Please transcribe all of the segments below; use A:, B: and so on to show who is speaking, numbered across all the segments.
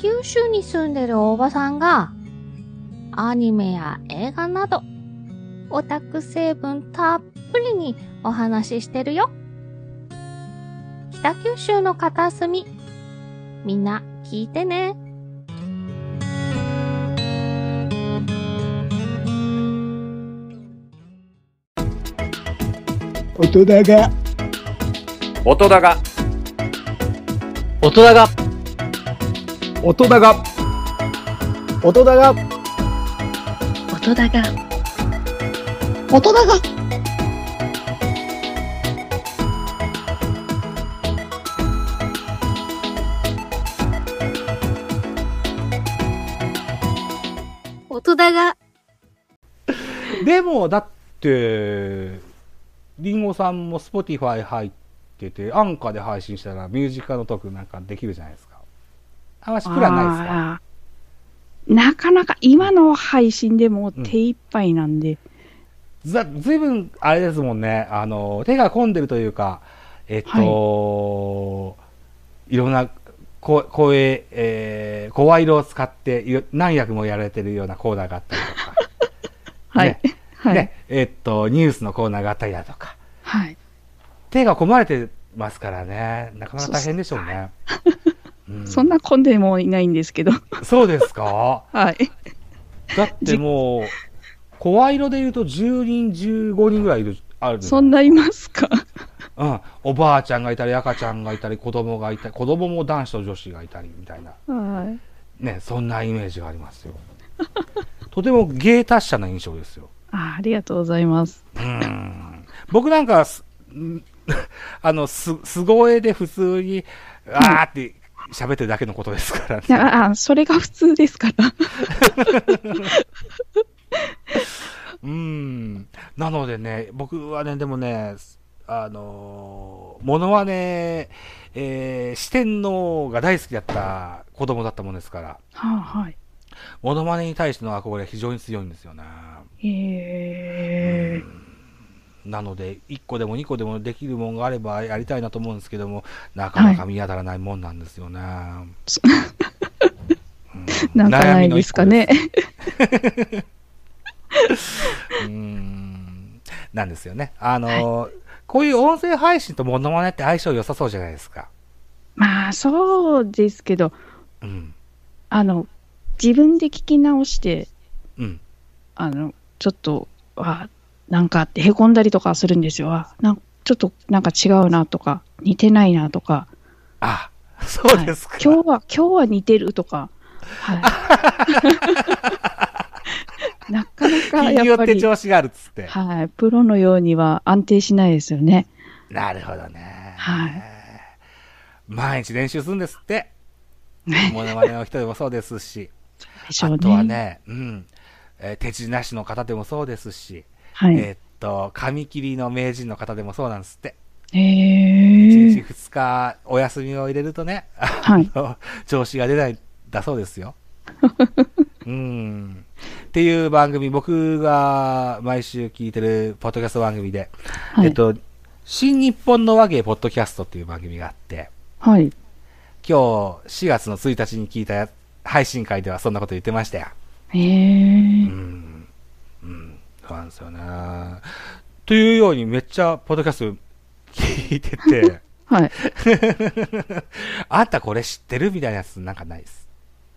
A: 九州に住んでるおばさんが、アニメや映画など、オタク成分たっぷりにお話ししてるよ。北九州の片隅、みんな聞いてね。
B: 大人が
C: 音だが
D: 大人が
E: 音だが
F: 音だが
G: 音だが
H: 音だが
A: 音だが。
E: でもだってりんごさんも Spotify 入っててアンカーで配信したらミュージカルのトークなんかできるじゃないですかあんまし苦らないですか
I: あーなかなか今の配信でも手一杯なんで、
E: ずずいぶんあれですもんねあの手が込んでるというかえっと、い、ろんなこ声、えー、声色を使っていろ何役もやられてるようなコーナーがあったりとか
I: はい、
E: ね
I: はい、
E: ねえっとニュースのコーナーがあったりだとか
I: はい。
E: 手が込まれてますからねなかなか大変でしょうね。う
I: そんな混んでもいないんですけ ど、
E: そうです か
I: はい。
E: だってもう、声色で言うと10人、15人ぐらいいる、あるじゃ
I: そんないますか。
E: うん。おばあちゃんがいたり、赤ちゃんがいたり、子供がいたり、子供も男子と女子がいたり、みたいな。
I: はい。
E: ね、そんなイメージがあります よ。とても芸達者な印象ですよ。
I: あありがとうございます。
E: うん僕なんかす、 んあの、す、すごえで普通に、あーって喋ってるだけのことですからね。
I: いやあそれが普通ですから。
E: うん。なのでね、僕はね、でもね、あのー、ものはね、えー、四天王が大好きだった子供だったもんですから、
I: はあ、 はい。
E: ものまねに対しての憧れは非常に強いんですよね。
I: え
E: なので、1個でも2個でもできるもんがあればやりたいなと思うんですけども、なかなか見当たらないもんなんですよ ね。
I: ー、なんかないですかね。
E: うーんなんですよね。あのーこういう音声配信とモノマネって相性良さそうじゃないですか。
I: まあ、そうですけど、
E: うん。
I: あの、自分で聞き直して、
E: うん。
I: あの、ちょっと、あなんかあって、へこんだりとかするんですよ。あなんちょっとなんか違うなとか、似てないなとか、
E: あ、そうですか。
I: はい、今日は、今日は似てるとか、 はい。なかなか
E: 日に
I: や
E: よ
I: っぱ
E: って
I: り、
E: 調子があるっつって。
I: はい、プロのようには安定しないですよね。
E: なるほどね。
I: はい
E: 毎日練習するんですって。モノマネの人でもそうですし。
I: でしょうね。
E: あとはね、うん。えー手品なしの方でもそうですし。
I: はい。
E: えーっと、紙切りの名人の方でもそうなんですって。1日
I: えー、
E: 2日お休みを入れるとね、
I: はい。
E: 調子が出ないんだそうです よ。うん。っていう番組、僕が毎週聞いてるポッドキャスト番組で、
I: はい。
E: えっと、新日本の和芸ポッドキャストっていう番組があって、
I: はい。
E: 今日4月の1日に聞いたや配信会ではそんなこと言ってましたよ。う
I: えー、
E: ん。うん。そうなんですよね。というようにめっちゃポッドキャスト聞いてて、
I: はい。
E: あんたこれ知ってるみたいなやつなんかないです。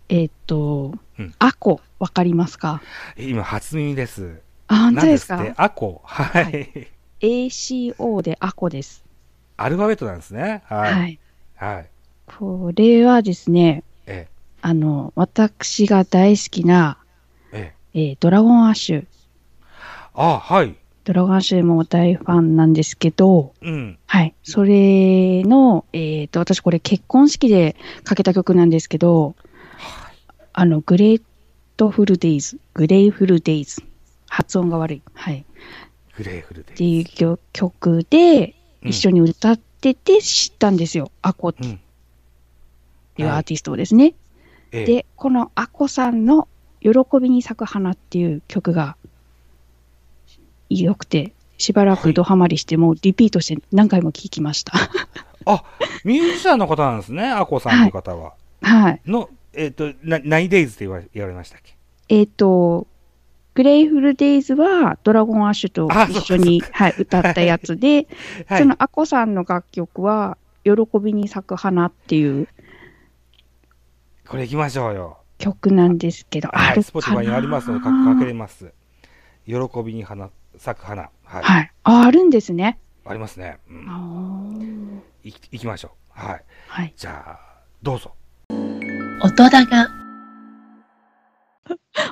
I: えーっと
E: うん、
I: アコ、わかりますか
E: 今初耳です。
I: あ、本当です
E: なんって
I: か
E: アコ。はい。
I: は ?ACO でアコです。
E: アルファベットなんですね。はい。
I: は
E: はい。
I: い。これはですね、
E: え
I: あの、私が大好きな、
E: え。え
I: えードラゴンアッシュ。
E: え。あ、はい。
I: ドラゴンアッシュも大ファンなんですけど、
E: うん。
I: はい。それの、えっ、と、私これ結婚式でかけた曲なんですけど、あの、グレートフルデイズ、グレイフルデイズ。発音が悪い。はい。
E: グレーフルで
I: っていう曲曲で、
E: うん
I: 一緒に歌ってて知ったんですよ。アコって
E: う
I: い
E: ん
I: うアーティストをですね。
E: ええ
I: で、このアコさんの喜びに咲く花っていう曲が良くて、しばらくドハマりして、もうリピートして何回も聴 きました。
E: あ、ミュージシャンの方なんですね。アコさんという方は。
I: はい。
E: のえっ、と、な、何デイズって言われ、言われましたっけ
I: えっ、と、グレイフルデイズはドラゴンアッシュと
E: あ
I: 一緒に、はい、歌ったやつで、
E: はい
I: そのアコさんの楽曲は、喜びに咲く花っていう
E: これ行きましょうよ。
I: 曲なんですけど、
E: は
I: あ
E: い、
I: る
E: スポテ
I: か
E: ィ
I: な
E: ファイにありますので、かかけれます。喜びに花、咲く花。はい。
I: はい。あ、あるんですね。
E: ありますね。うん。
I: あー
E: いき、行きましょう。はい。
I: はい。
E: じゃあ、どうぞ。
G: 音だが、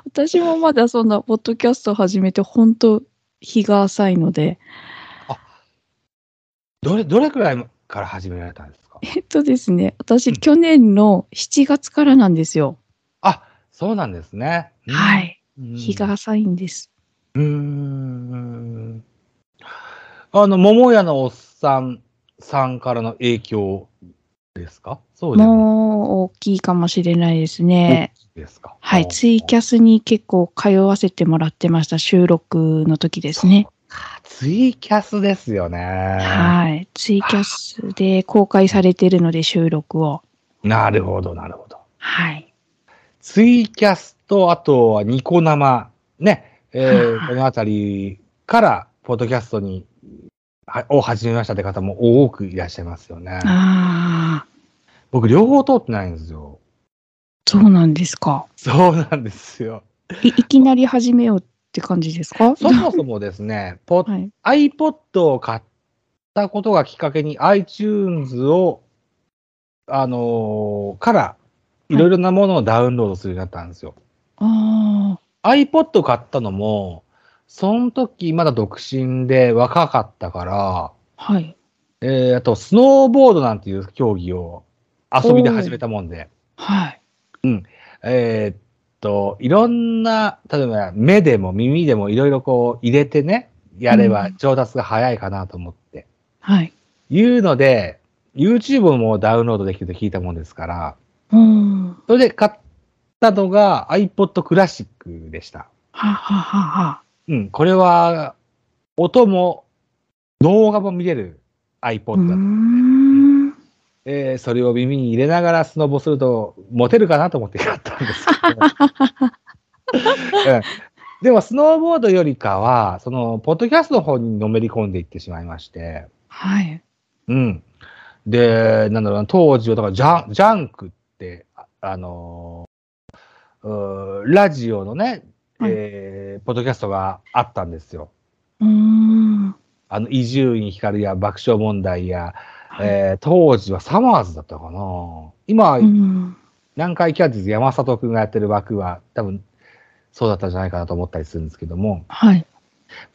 I: 私もまだそんな、ポッドキャスト始めて、本当日が浅いので、
E: どれ、どれくらいから始められたんですか
I: えっとですね、
E: う
I: 私、
E: ん
I: 去年の7月からなんですよ。
E: あ、そうなんですね。うん
I: は。い。
E: うん
I: 日が。浅いんです。
E: うーん。あの、桃屋のおっさんさんからの影響ですかそうじゃない
I: もう大きいかもしれないですね。
E: ですか。
I: はい、ツイキ
E: ャ
I: ャスに結構通わせてもらってました、収録の時ですね。
E: ツイキャスですよね。
I: はい、ツイキャスで公開されてるので、収録を。
E: なるほど、なるほど。
I: はい、
E: ツイキャスと、あとはニコ生、ね、えー
I: はい
E: このあたりから、ポッドキャストに、はを始めましたって方も多くいらっしゃいますよね。
I: ああ、
E: 僕、両方通ってないんですよ。
I: そうなんですか。
E: そうなんです よ。
I: いいきなり始めようって感じですか
E: そもそもですね、ポ
I: はい、
E: iPod を買ったことがきっかけに iTunes を、あのーから、いろいろなものをダウンロードするようになったんですよ。
I: あ
E: iPod 買ったのも、その時まだ独身で若かったから、
I: あ、はい、
E: えー、あとスノーボードなんていう競技を遊びで始めたもんで、
I: はい、
E: えーっと、いろんな、例えば目でも耳でもいろいろこう入れてね、やれば
I: うん
E: 上達が早いかなと思って、
I: はい。
E: いうので、YouTube もダウンロードできると聞いたもんですから、
I: うん、は
E: それで買ったのが iPod クラシックでした。
I: あはあはあはあ
E: うん、これは、音も、動画も見れる
I: うー
E: iPod だ、
I: ん。
E: えーそれを耳に入れながらスノボすると、モテるかなと思ってやったんですけど。うんでも、スノーボードよりかは、その、ポッドキャストの方にのめり込んでいってしまいまして、
I: はい、
E: うん。で、なんだろうな、当時は、だからジャン、ジャンクって、ああのーうーラジオのね、えーポッドキャストがあったんですよ。
I: うーん、
E: あの、伊集院光や爆笑問題や、
I: はい
E: えー当時はサマーズだったかな。今、
I: うん、
E: 南海キャッチズ山里くんがやってる枠は、多分、そうだったんじゃないかなと思ったりするんですけども、
I: はい、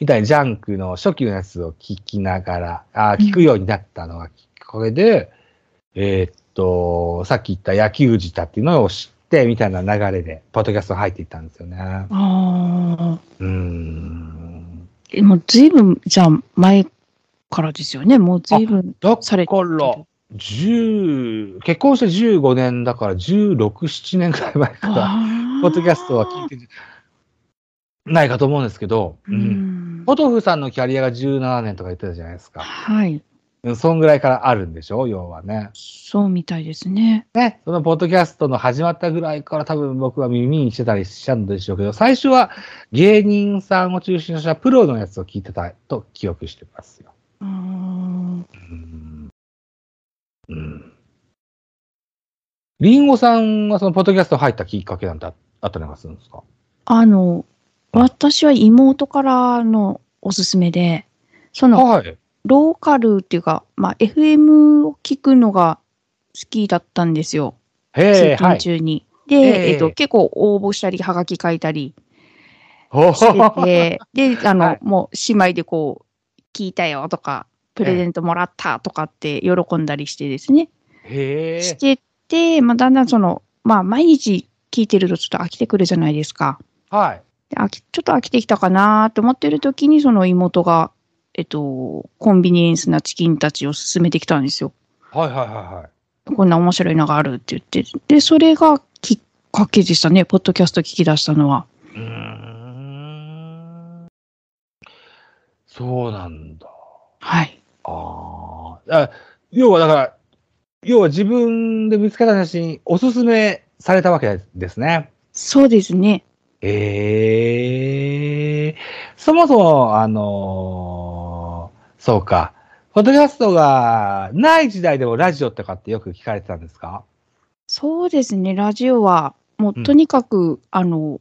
E: みたいにジャンクの初期のやつを聞きながら、あー
I: うん
E: 聞くようになったのがきっかけで、えーっと、さっき言った野球舌っていうのを知って、みたいな流れで、ポッドキャスト入っていったんですよね。
I: ああ。
E: うーん。
I: え、もうずいぶん、じゃあ前からですよね。もうずいぶん
E: だか
I: されてる。
E: ら、10結婚して15年だから16、7年くらい前から、
I: あー
E: ポッドキャストは聞いてんじゃないかと思うんですけど、
I: う
E: うん
I: ん。
E: ポトフさんのキャリアが17年とか言ってたじゃないですか。
I: はい。
E: うんそんぐらいからあるんでしょ要はね。
I: そうみたいですね。
E: ね、そのポッドキャストの始まったぐらいから多分僕は耳にしてたりしたんでしょうけど、最初は芸人さんを中心としたプロのやつを聞いてたと記憶してますよ。
I: うーん
E: うん。うん。リンゴさんはそのポッドキャスト入ったきっかけなんてあったりなんかするんですか
I: あの、私は妹からのおすすめで、その、
E: はい。
I: ローカルっていうか、まあ、FM を聞くのが好きだったんですよ。
E: へえ、
I: 通
E: は
I: 勤
E: い。
I: 中に。で、
E: ええ
I: えっと、結構応募したり、はがき書い たり、
E: ほ
I: してて、で、あの、
E: はい
I: もう姉妹でこう、聞いたよとか、プレゼントもらったとかって喜んだりしてですね。
E: へ
I: し
E: え。
I: てて、まあ、だんだんその、まあ、毎日聞いてるとちょっと飽きてくるじゃないですか。
E: はい。
I: で飽きちょっと飽きてきたかなと思ってる時に、その妹が、えっと、コンビニエンスなチキンたちを勧めてきたんですよ。
E: はいはいはいはい。
I: こんな面白いのがあるって言って。で、それがきっかけでしたね、ポッドキャスト聞き出したのは。
E: うーんそうなんだ。
I: はい。
E: あーあ。要はだから、要は自分で見つけた写真、おすすめされたわけですね。
I: そうですね。
E: ええそもそも、あのーそうか。ポッドキャストがない時代でもラジオとかってよく聞かれてたんですか
I: そうですね。ラジオは、も
E: う
I: うんとにかく、あの、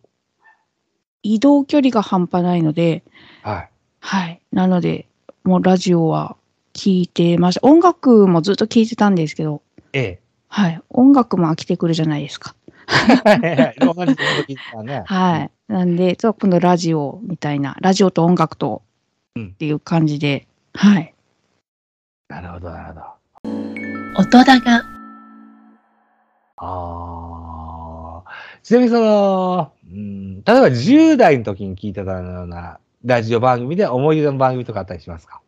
I: 移動距離が半端ないので、
E: はい。
I: はい。なので、もうラジオは聞いてました。音楽もずっと聞いてたんですけど、
E: え
I: はい。音楽も飽きてくるじゃないですか。
E: え。はいはいはい。同じこと聞いてたね。
I: はい。なんで、そう今度ラジオみたいな、ラジオと音楽と
E: うん
I: っていう感じで、はい。
E: なるほど、なるほど。
G: 音だが、
E: ああ。ちなみにその、うん、例えば10代の時に聞いてたようなラジオ番組で思い出の番組とかあったりしますか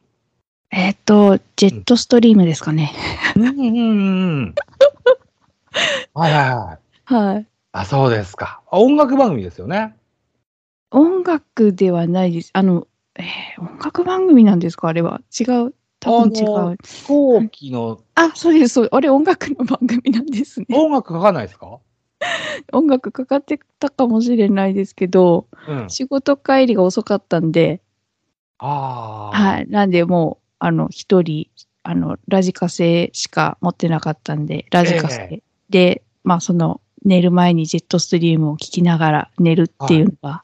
I: えっ、と、ジェットストリームですかね。
E: うんうんうんうん。 はいはいはい。
I: はい。
E: あ、そうですか。あ音楽番組ですよね。
I: 音楽ではないです。あの、えー音楽番組なんですかあれは。違う。多分違
E: あの
I: う。
E: 飛行機の
I: あ、そうです。そうあれ、音楽の番組なんですね。
E: 音楽かかんないですか
I: 音楽かかってたかもしれないですけど、
E: うん。あ
I: 仕事帰りが遅かったんで、
E: あ。。
I: はいい。なんで、もう、あの、一人、あの、ラジカセしか持ってなかったんで、ラジカセ。
E: え
I: で、まあ、その、寝る前にジェットストリームを聞きながら寝るっていうのが、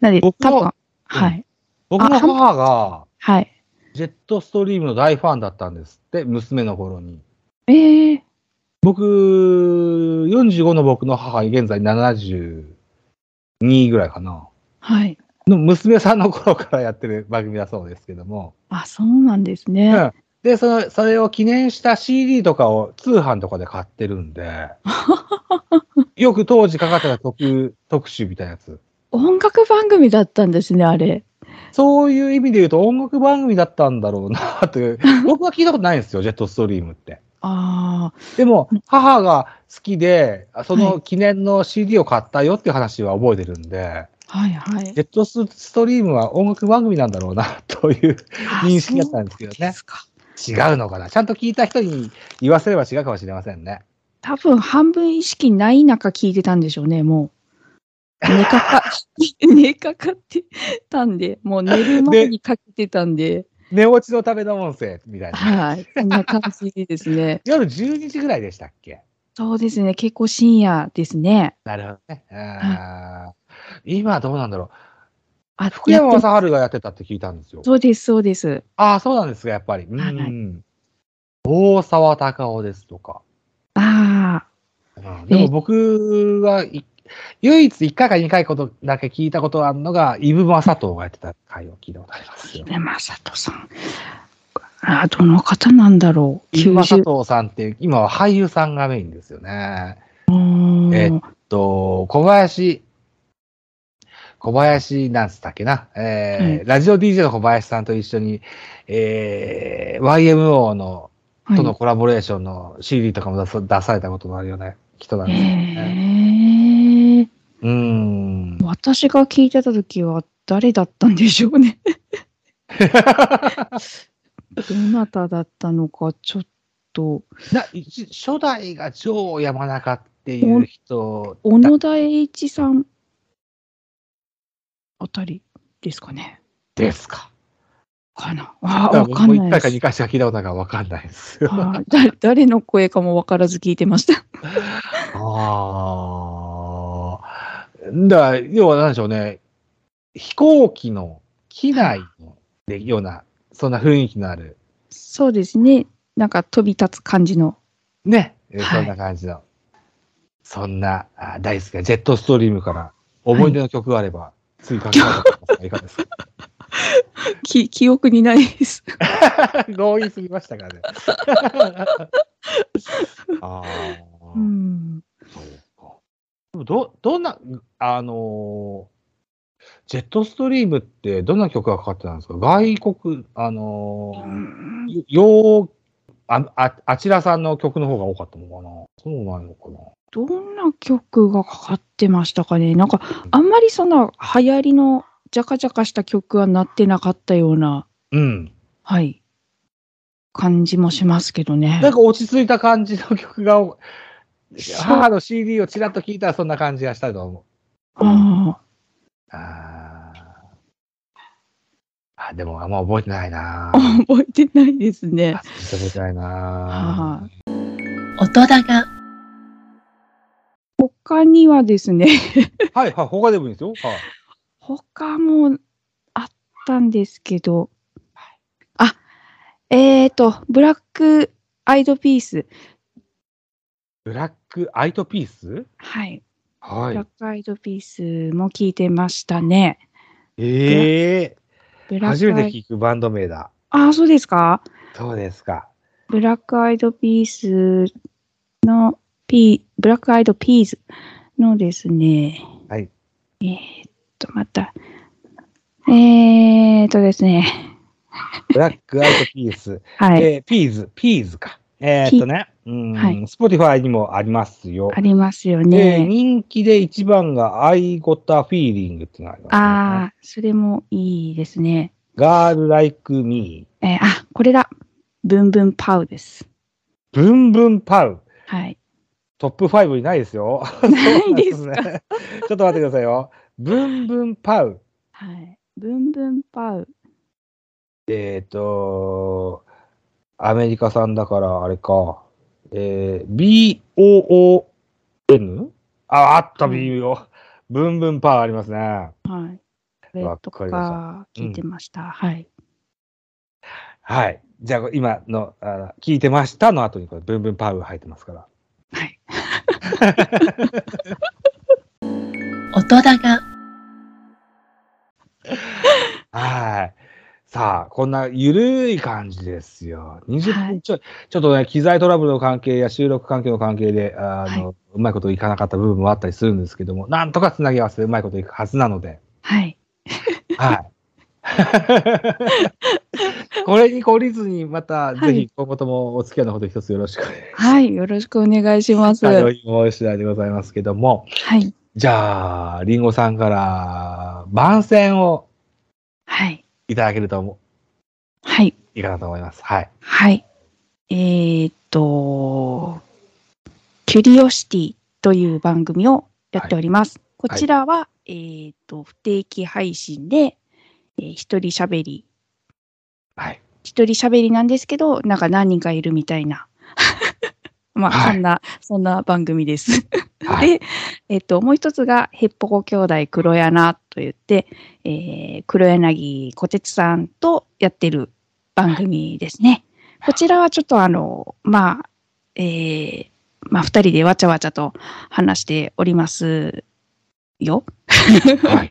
I: なんで、多
E: 僕も
I: 分、はい。
E: 僕の母が
I: はい。
E: ジェットストリームの大ファンだったんですって、娘の頃に。
I: えー、
E: 僕、45の僕の母、現在72ぐらいかな。
I: はい。
E: の娘さんの頃からやってる番組だそうですけども。
I: あ、そうなんですね。
E: うんで、その、それを記念した CD とかを通販とかで買ってるんで、よく当時かかってた特、特集みたいなやつ。
I: 音楽番組だったんですね、あれ。
E: そういう意味で言うと音楽番組だったんだろうなという、僕は聞いたことないんですよ、ジェットストリームって。
I: ああ、
E: でも、母が好きで、そ
I: は
E: の記念の CD を買ったよっていう話は覚えてるんで、
I: はいはい
E: ジ。ェットストリームは音楽番組なんだろうなという認識だったんですけど
I: で
E: ね。
I: すか。
E: 違うのかなちゃんと聞いた人に言わせれば違うかもしれませんね。
I: 多分半分意識ない中聞いてたんでしょう ね、もう。寝かか、寝かかってたんで、もう寝る前にかけてたんで、
E: 寝落ちのための音声みたいな。
I: はい。そんな感じですね。
E: 夜12時ぐらいでしたっけ
I: そうですね、結構深夜ですね。
E: なるほどね。あー今どうなんだろう。
I: あ、
E: 福山
I: やっと
E: 雅治がやってたって聞いたんですよ。
I: そうです、そうです。
E: ああ、そうなんですか、やっぱり。う
I: はい
E: ん。大沢たかおですとか。
I: ああ、
E: うんでも僕はい唯一1回か2回ことだけ聞いたことがあるのが、イブ・マサトウがやってた回を聞いたことありますよ。
I: ね、まさとさん。あーどの方なんだろう。
E: イブ・マサ
I: 90。
E: トウさんって、今は俳優さんがメインですよね。
I: うん
E: えっと、小林、小林なんつったっけな、えー
I: うん
E: ラジオ DJ の小林さんと一緒に、えー YMO の、
I: はい
E: とのコラボレーションの CD とかも出さ出されたことのあるような人なんですよね。
I: へえ
E: うーん。
I: 私が聞いてた時は誰だったんでしょう ね。どなただったのかちょっと。
E: な一初代が上山中っていう人、
I: 小野田栄一さんあたりですかね。
E: ですか。
I: かな。あ
E: だ
I: ー
E: ら
I: わかん
E: もう1
I: な
E: 回
I: い
E: か2
I: です。
E: 回しか聞いたことがわかんないです。
I: あーだ誰の声かもわからず聞いてました。
E: ああ。だから、要は何でしょうね。飛行機の機内のでような、そんな雰囲気のある、
I: そうですね。なんか飛び立つ感じの。
E: ね、えー
I: は
E: そ
I: い
E: んな感じの、そんなあ大好きなジェットストリームから思い出の曲があれば、追加してもらってもいかがですか
I: き記憶にないです。
E: 強引すぎましたからね。 ああ。
I: うん。
E: そうか。でもど、どんな、あのージェットストリームってどんな曲がかかってたんですか外国、あのー、よああ、あちらさんの曲の方が多かったのかなそうないのかな
I: どんな曲がかかってましたかねなんか、あんまりそんな流行りのジャカジャカした曲はなってなかったような、
E: うん。
I: はい、感じもしますけどね
E: なん。か落ち着いた感じの曲が多母の CD をちらっと聞いたらそんな感じがしたと思
I: あ
E: う。あーあ。でもあんま覚えてないな
I: あ、覚えてないですね
E: あ。覚えてないな
I: はい。
G: 大人が
I: 他にはですね、
E: はいはい、他でもいいですよ。はい
I: 他もあったんですけど、あ、えっ、ー、と、ブラックアイドピース。
E: ブラックアイトピース
I: はい。
E: は
I: ブラッ。クアイドピースも聞いてましたね。
E: ええ
I: ブラック
E: 初めて
I: い
E: 聞くバンド名だ。
I: あ、そうですか
E: そうですか。
I: ブラックアイドピースの、ピー、ブラックアイドピースのですね、
E: はい。
I: ちょっとまた、えーっとですね、
E: ブラックアイトピース。
I: はい、
E: えーピーズ、ピーズか。えー、
I: ピ
E: っとね、うん、
I: はい
E: スポティファイにもありますよ。
I: ありますよ
E: で、
I: ね。
E: 人気で一番が、アイゴタフィーリングっていうのがあります、ね。
I: ああ、それもいいですね。
E: ガール・ライク・ミー。
I: えーあ、これだ。ブンブンパウです。
E: ブンブンパウ。
I: はい。
E: トップ5にないですよ。
I: ないですか。
E: ね。 ちょっと待ってくださいよ。ブンブンパウ。
I: はい。ブンブンパウ。
E: えっ、と、アメリカ産だから、あれか。えー、BOON? あ、あった、
I: うん
E: BO。ブンブンパウありますね。
I: はい。これ
E: わ
I: と
E: かりま
I: か聞いてました。はい。
E: はい。じゃあ、今の、あの聞いてましたの後に、これ、ブンブンパウ入ってますから。
I: はい。
G: 大人が
E: はい。さあ、こんなゆるい感じですよ。20分ちょい、ちょっとね、機材トラブルの関係や収録環境の関係で、あの、
I: は
E: うまいこといかなかった部分もあったりするんですけども、なんとかつなぎ合わせでうまいこといくはずなので、
I: はい。
E: はい。 これに懲りずに、また、
I: は
E: ぜ
I: い
E: ひ、今後ともお付き合いのほど一つよろしくお願いし
I: はい。よろしくお願いします。
E: ます。お
I: は
E: 願い次第でございますけども、
I: い。
E: じゃあ、りんごさんから、番宣を
I: はい。
E: いただけると思
I: はい。
E: ういいかなと思います。はい。
I: はい。えーっと、キュリオシティという番組をやっております。こちらは、えーっと、不定期配信で、えー一人喋り、
E: はい。
I: 一人喋りなんですけど、なんか何人かいるみたいな。 まあ、
E: はい
I: そんな、そんな番組です。
E: はい
I: で、えっと、もう一つが、ヘッポコ兄弟黒柳と言って、えー黒柳小鉄さんとやってる番組ですね。こちらはちょっとあの、まあ、えーまあ、二人でわちゃわちゃと話しておりますよ。
E: はい。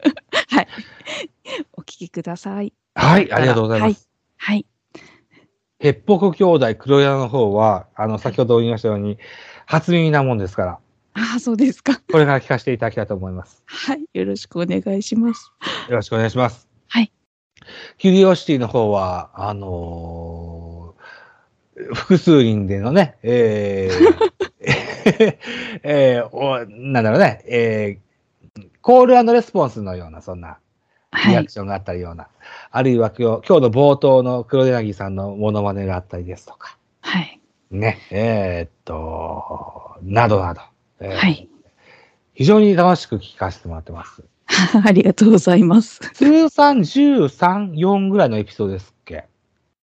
I: お聞きください。
E: はい、ありがとうございます。
I: はい。
E: ヘッポコ兄弟黒柳の方は、あの、先ほど言いましたように、初耳なもんですから、
I: ああ、そうですか。
E: これから聞かせていただきたいと思います。
I: はい。よろしくお願いします。
E: よろしくお願いします。
I: はい。
E: キュリオシティの方は、あのー複数人でのね、えー えーおなんだろうね、えーコールレスポンスのような、そんな
I: は
E: リア
I: い
E: ク。ションがあったりような、あるいは今日今日の冒頭の黒柳さんのモノマネがあったりですとか、
I: はい。
E: ね、えーっと、などなど、えー
I: はい。
E: 非常に楽しく聞かせてもらってます。
I: ありがとうございます。
E: 通算13、4ぐらいのエピソードですっけ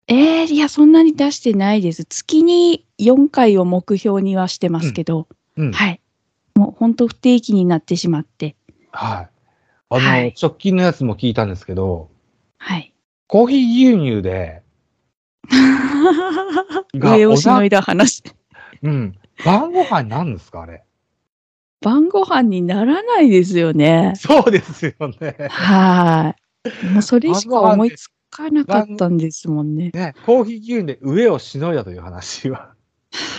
I: えー、いや、そんなに出してないです。月に4回を目標にはしてますけど、
E: うん。はい。
I: はい。もう本当不定期になってしまって、
E: あの、
I: はい
E: 直近のやつも聞いたんですけど、
I: はい。
E: コーヒー牛乳で、が
I: 上をしのいだ話。
E: うん、晩ご飯になるんですかあれ。
I: 晩ご飯にならないですよね。
E: そうですよね。
I: はい。もうそれしか思いつかなかったんですもんね。
E: ね、コーヒー牛乳で上をしのいだという話は、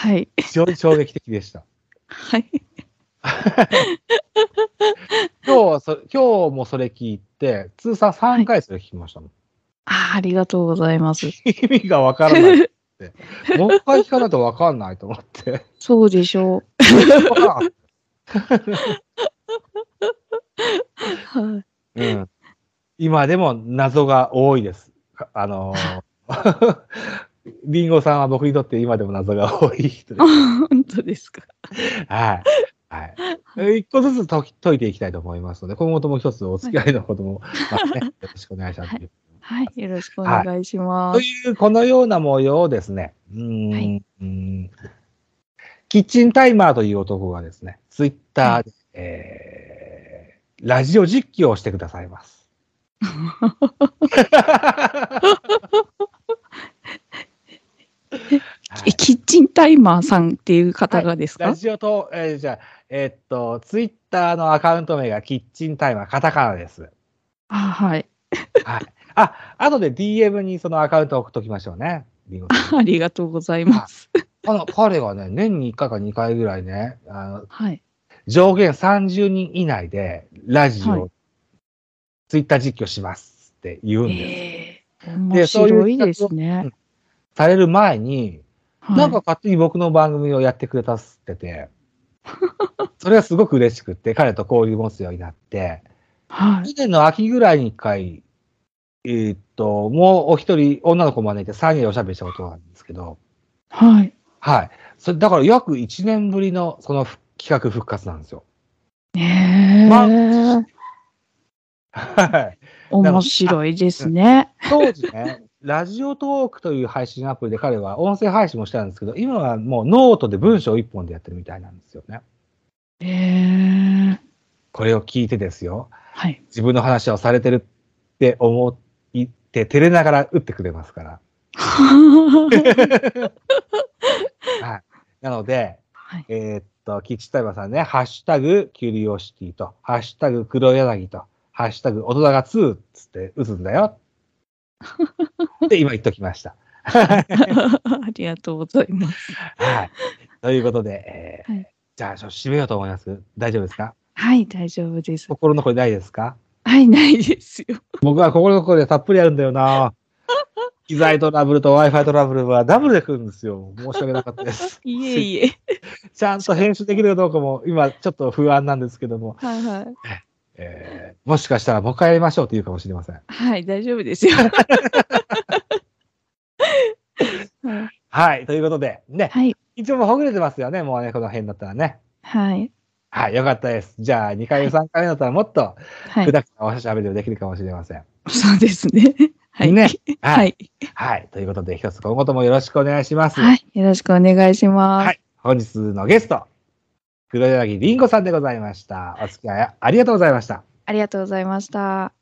I: はい。
E: 非常に衝撃的でした。
I: はい。
E: 今日はそ、今日もそれ聞いて、通算3回それ聞きましたもん。
I: あーありがとうございます。
E: 意味がわからない って。もう一回聞かないとわかんないと思 って。
I: そうでしょう。はい。
E: うん、 今でも謎が多いです。あのーリンゴさんは僕にとって今でも謎が多い人で
I: あ本当ですか。
E: す。はい。はい。えー一個ずつ解き解いていきたいと思いますので、今後とも一つお付き合いのことも、まあね、よろしくお願いします。
I: はいはい、よろしくお願いしま
E: と
I: す。
E: いう、このような模様をですね、うーん
I: はい
E: うんキッチンタイマーという男がですね、ツイッターで、えーラジオ実況をしてください ます。はい
I: えキッチンタイマーさんっていう方がですか、
E: ラジオと、えーじゃあ、えーっと、ツイッターのアカウント名がキッチンタイマー、カタカナです。
I: あはい。
E: はい。あ、後で DM にそのアカウントを送っときましょうね。リンゴさん
I: ありがとうございます。
E: あの彼はね、年に1回か2回ぐらいね、あの
I: はい。
E: 上限30人以内でラジオ、
I: はい
E: ツイッター実況しますって言うんです。
I: ええ面白いですね。
E: される前に、
I: はい
E: なんか勝手に僕の番組をやってくれたっつって て、それはすごく嬉しくって、彼と交流持つようになって、
I: は
E: 去
I: い。
E: 年の秋ぐらいに1回、えーっと、もうお一人女の子招いて3人でおしゃべりしたことがあるんですけど、
I: はい。
E: はい。それだから約1年ぶりのその企画復活なんですよ。
I: ええ
E: まはい。
I: 面白いですね。
E: 当時ね、ラジオトークという配信アプリで彼は音声配信もしてたんですけど、今はもうノートで文章一本でやってるみたいなんですよね。
I: ええ
E: これを聞いてですよ、
I: はい。
E: 自分の話をされてるって思って、照れながら打ってくれますから。はい。なので、
I: はい
E: えーっと、キッチタイマーさんね、ハッシュタグキュリオシティと、ハッシュタグ黒柳と、ハッシュタグ大人が2っつって打つんだよ。って今言っときました。
I: ありがとうございます。
E: はい。ということで、えー
I: はい
E: じゃあ、ちょっと締めようと思います。大丈夫ですか
I: はい、大丈夫です。
E: 心残りないですか
I: はい、ない ですよ。
E: 僕は心残りがたっぷりあるんだよ な。機材トラブルと Wi-Fi トラブルはダブルで来るんですよ。申し訳なかったです。
I: いえいえ。
E: ちゃんと編集できるかどうかも今ちょっと不安なんですけども、
I: はいはい。
E: えーもしかしたらもう一回やりましょうって言うかもしれません。
I: はい、大丈夫です よ。はい
E: はい。ということで、ね。
I: はい。
E: 一応もうほぐれてますよね。もうね、この辺だったらね。
I: はい。
E: はい。よかったです。じゃあ、2回目、3回目だったらもっと、
I: は
E: 普
I: い。
E: 段からおしゃべりをできるかもしれません。
I: そうですね。はい。
E: ね。
I: は
E: はい。
I: い。
E: はい。ということで、一つ今後ともよろしくお願いします。
I: はい。よろしくお願いします。
E: はい本日のゲスト、黒柳りんごさんでございました。お付き合いありがとうございました。
I: ありがとうございました。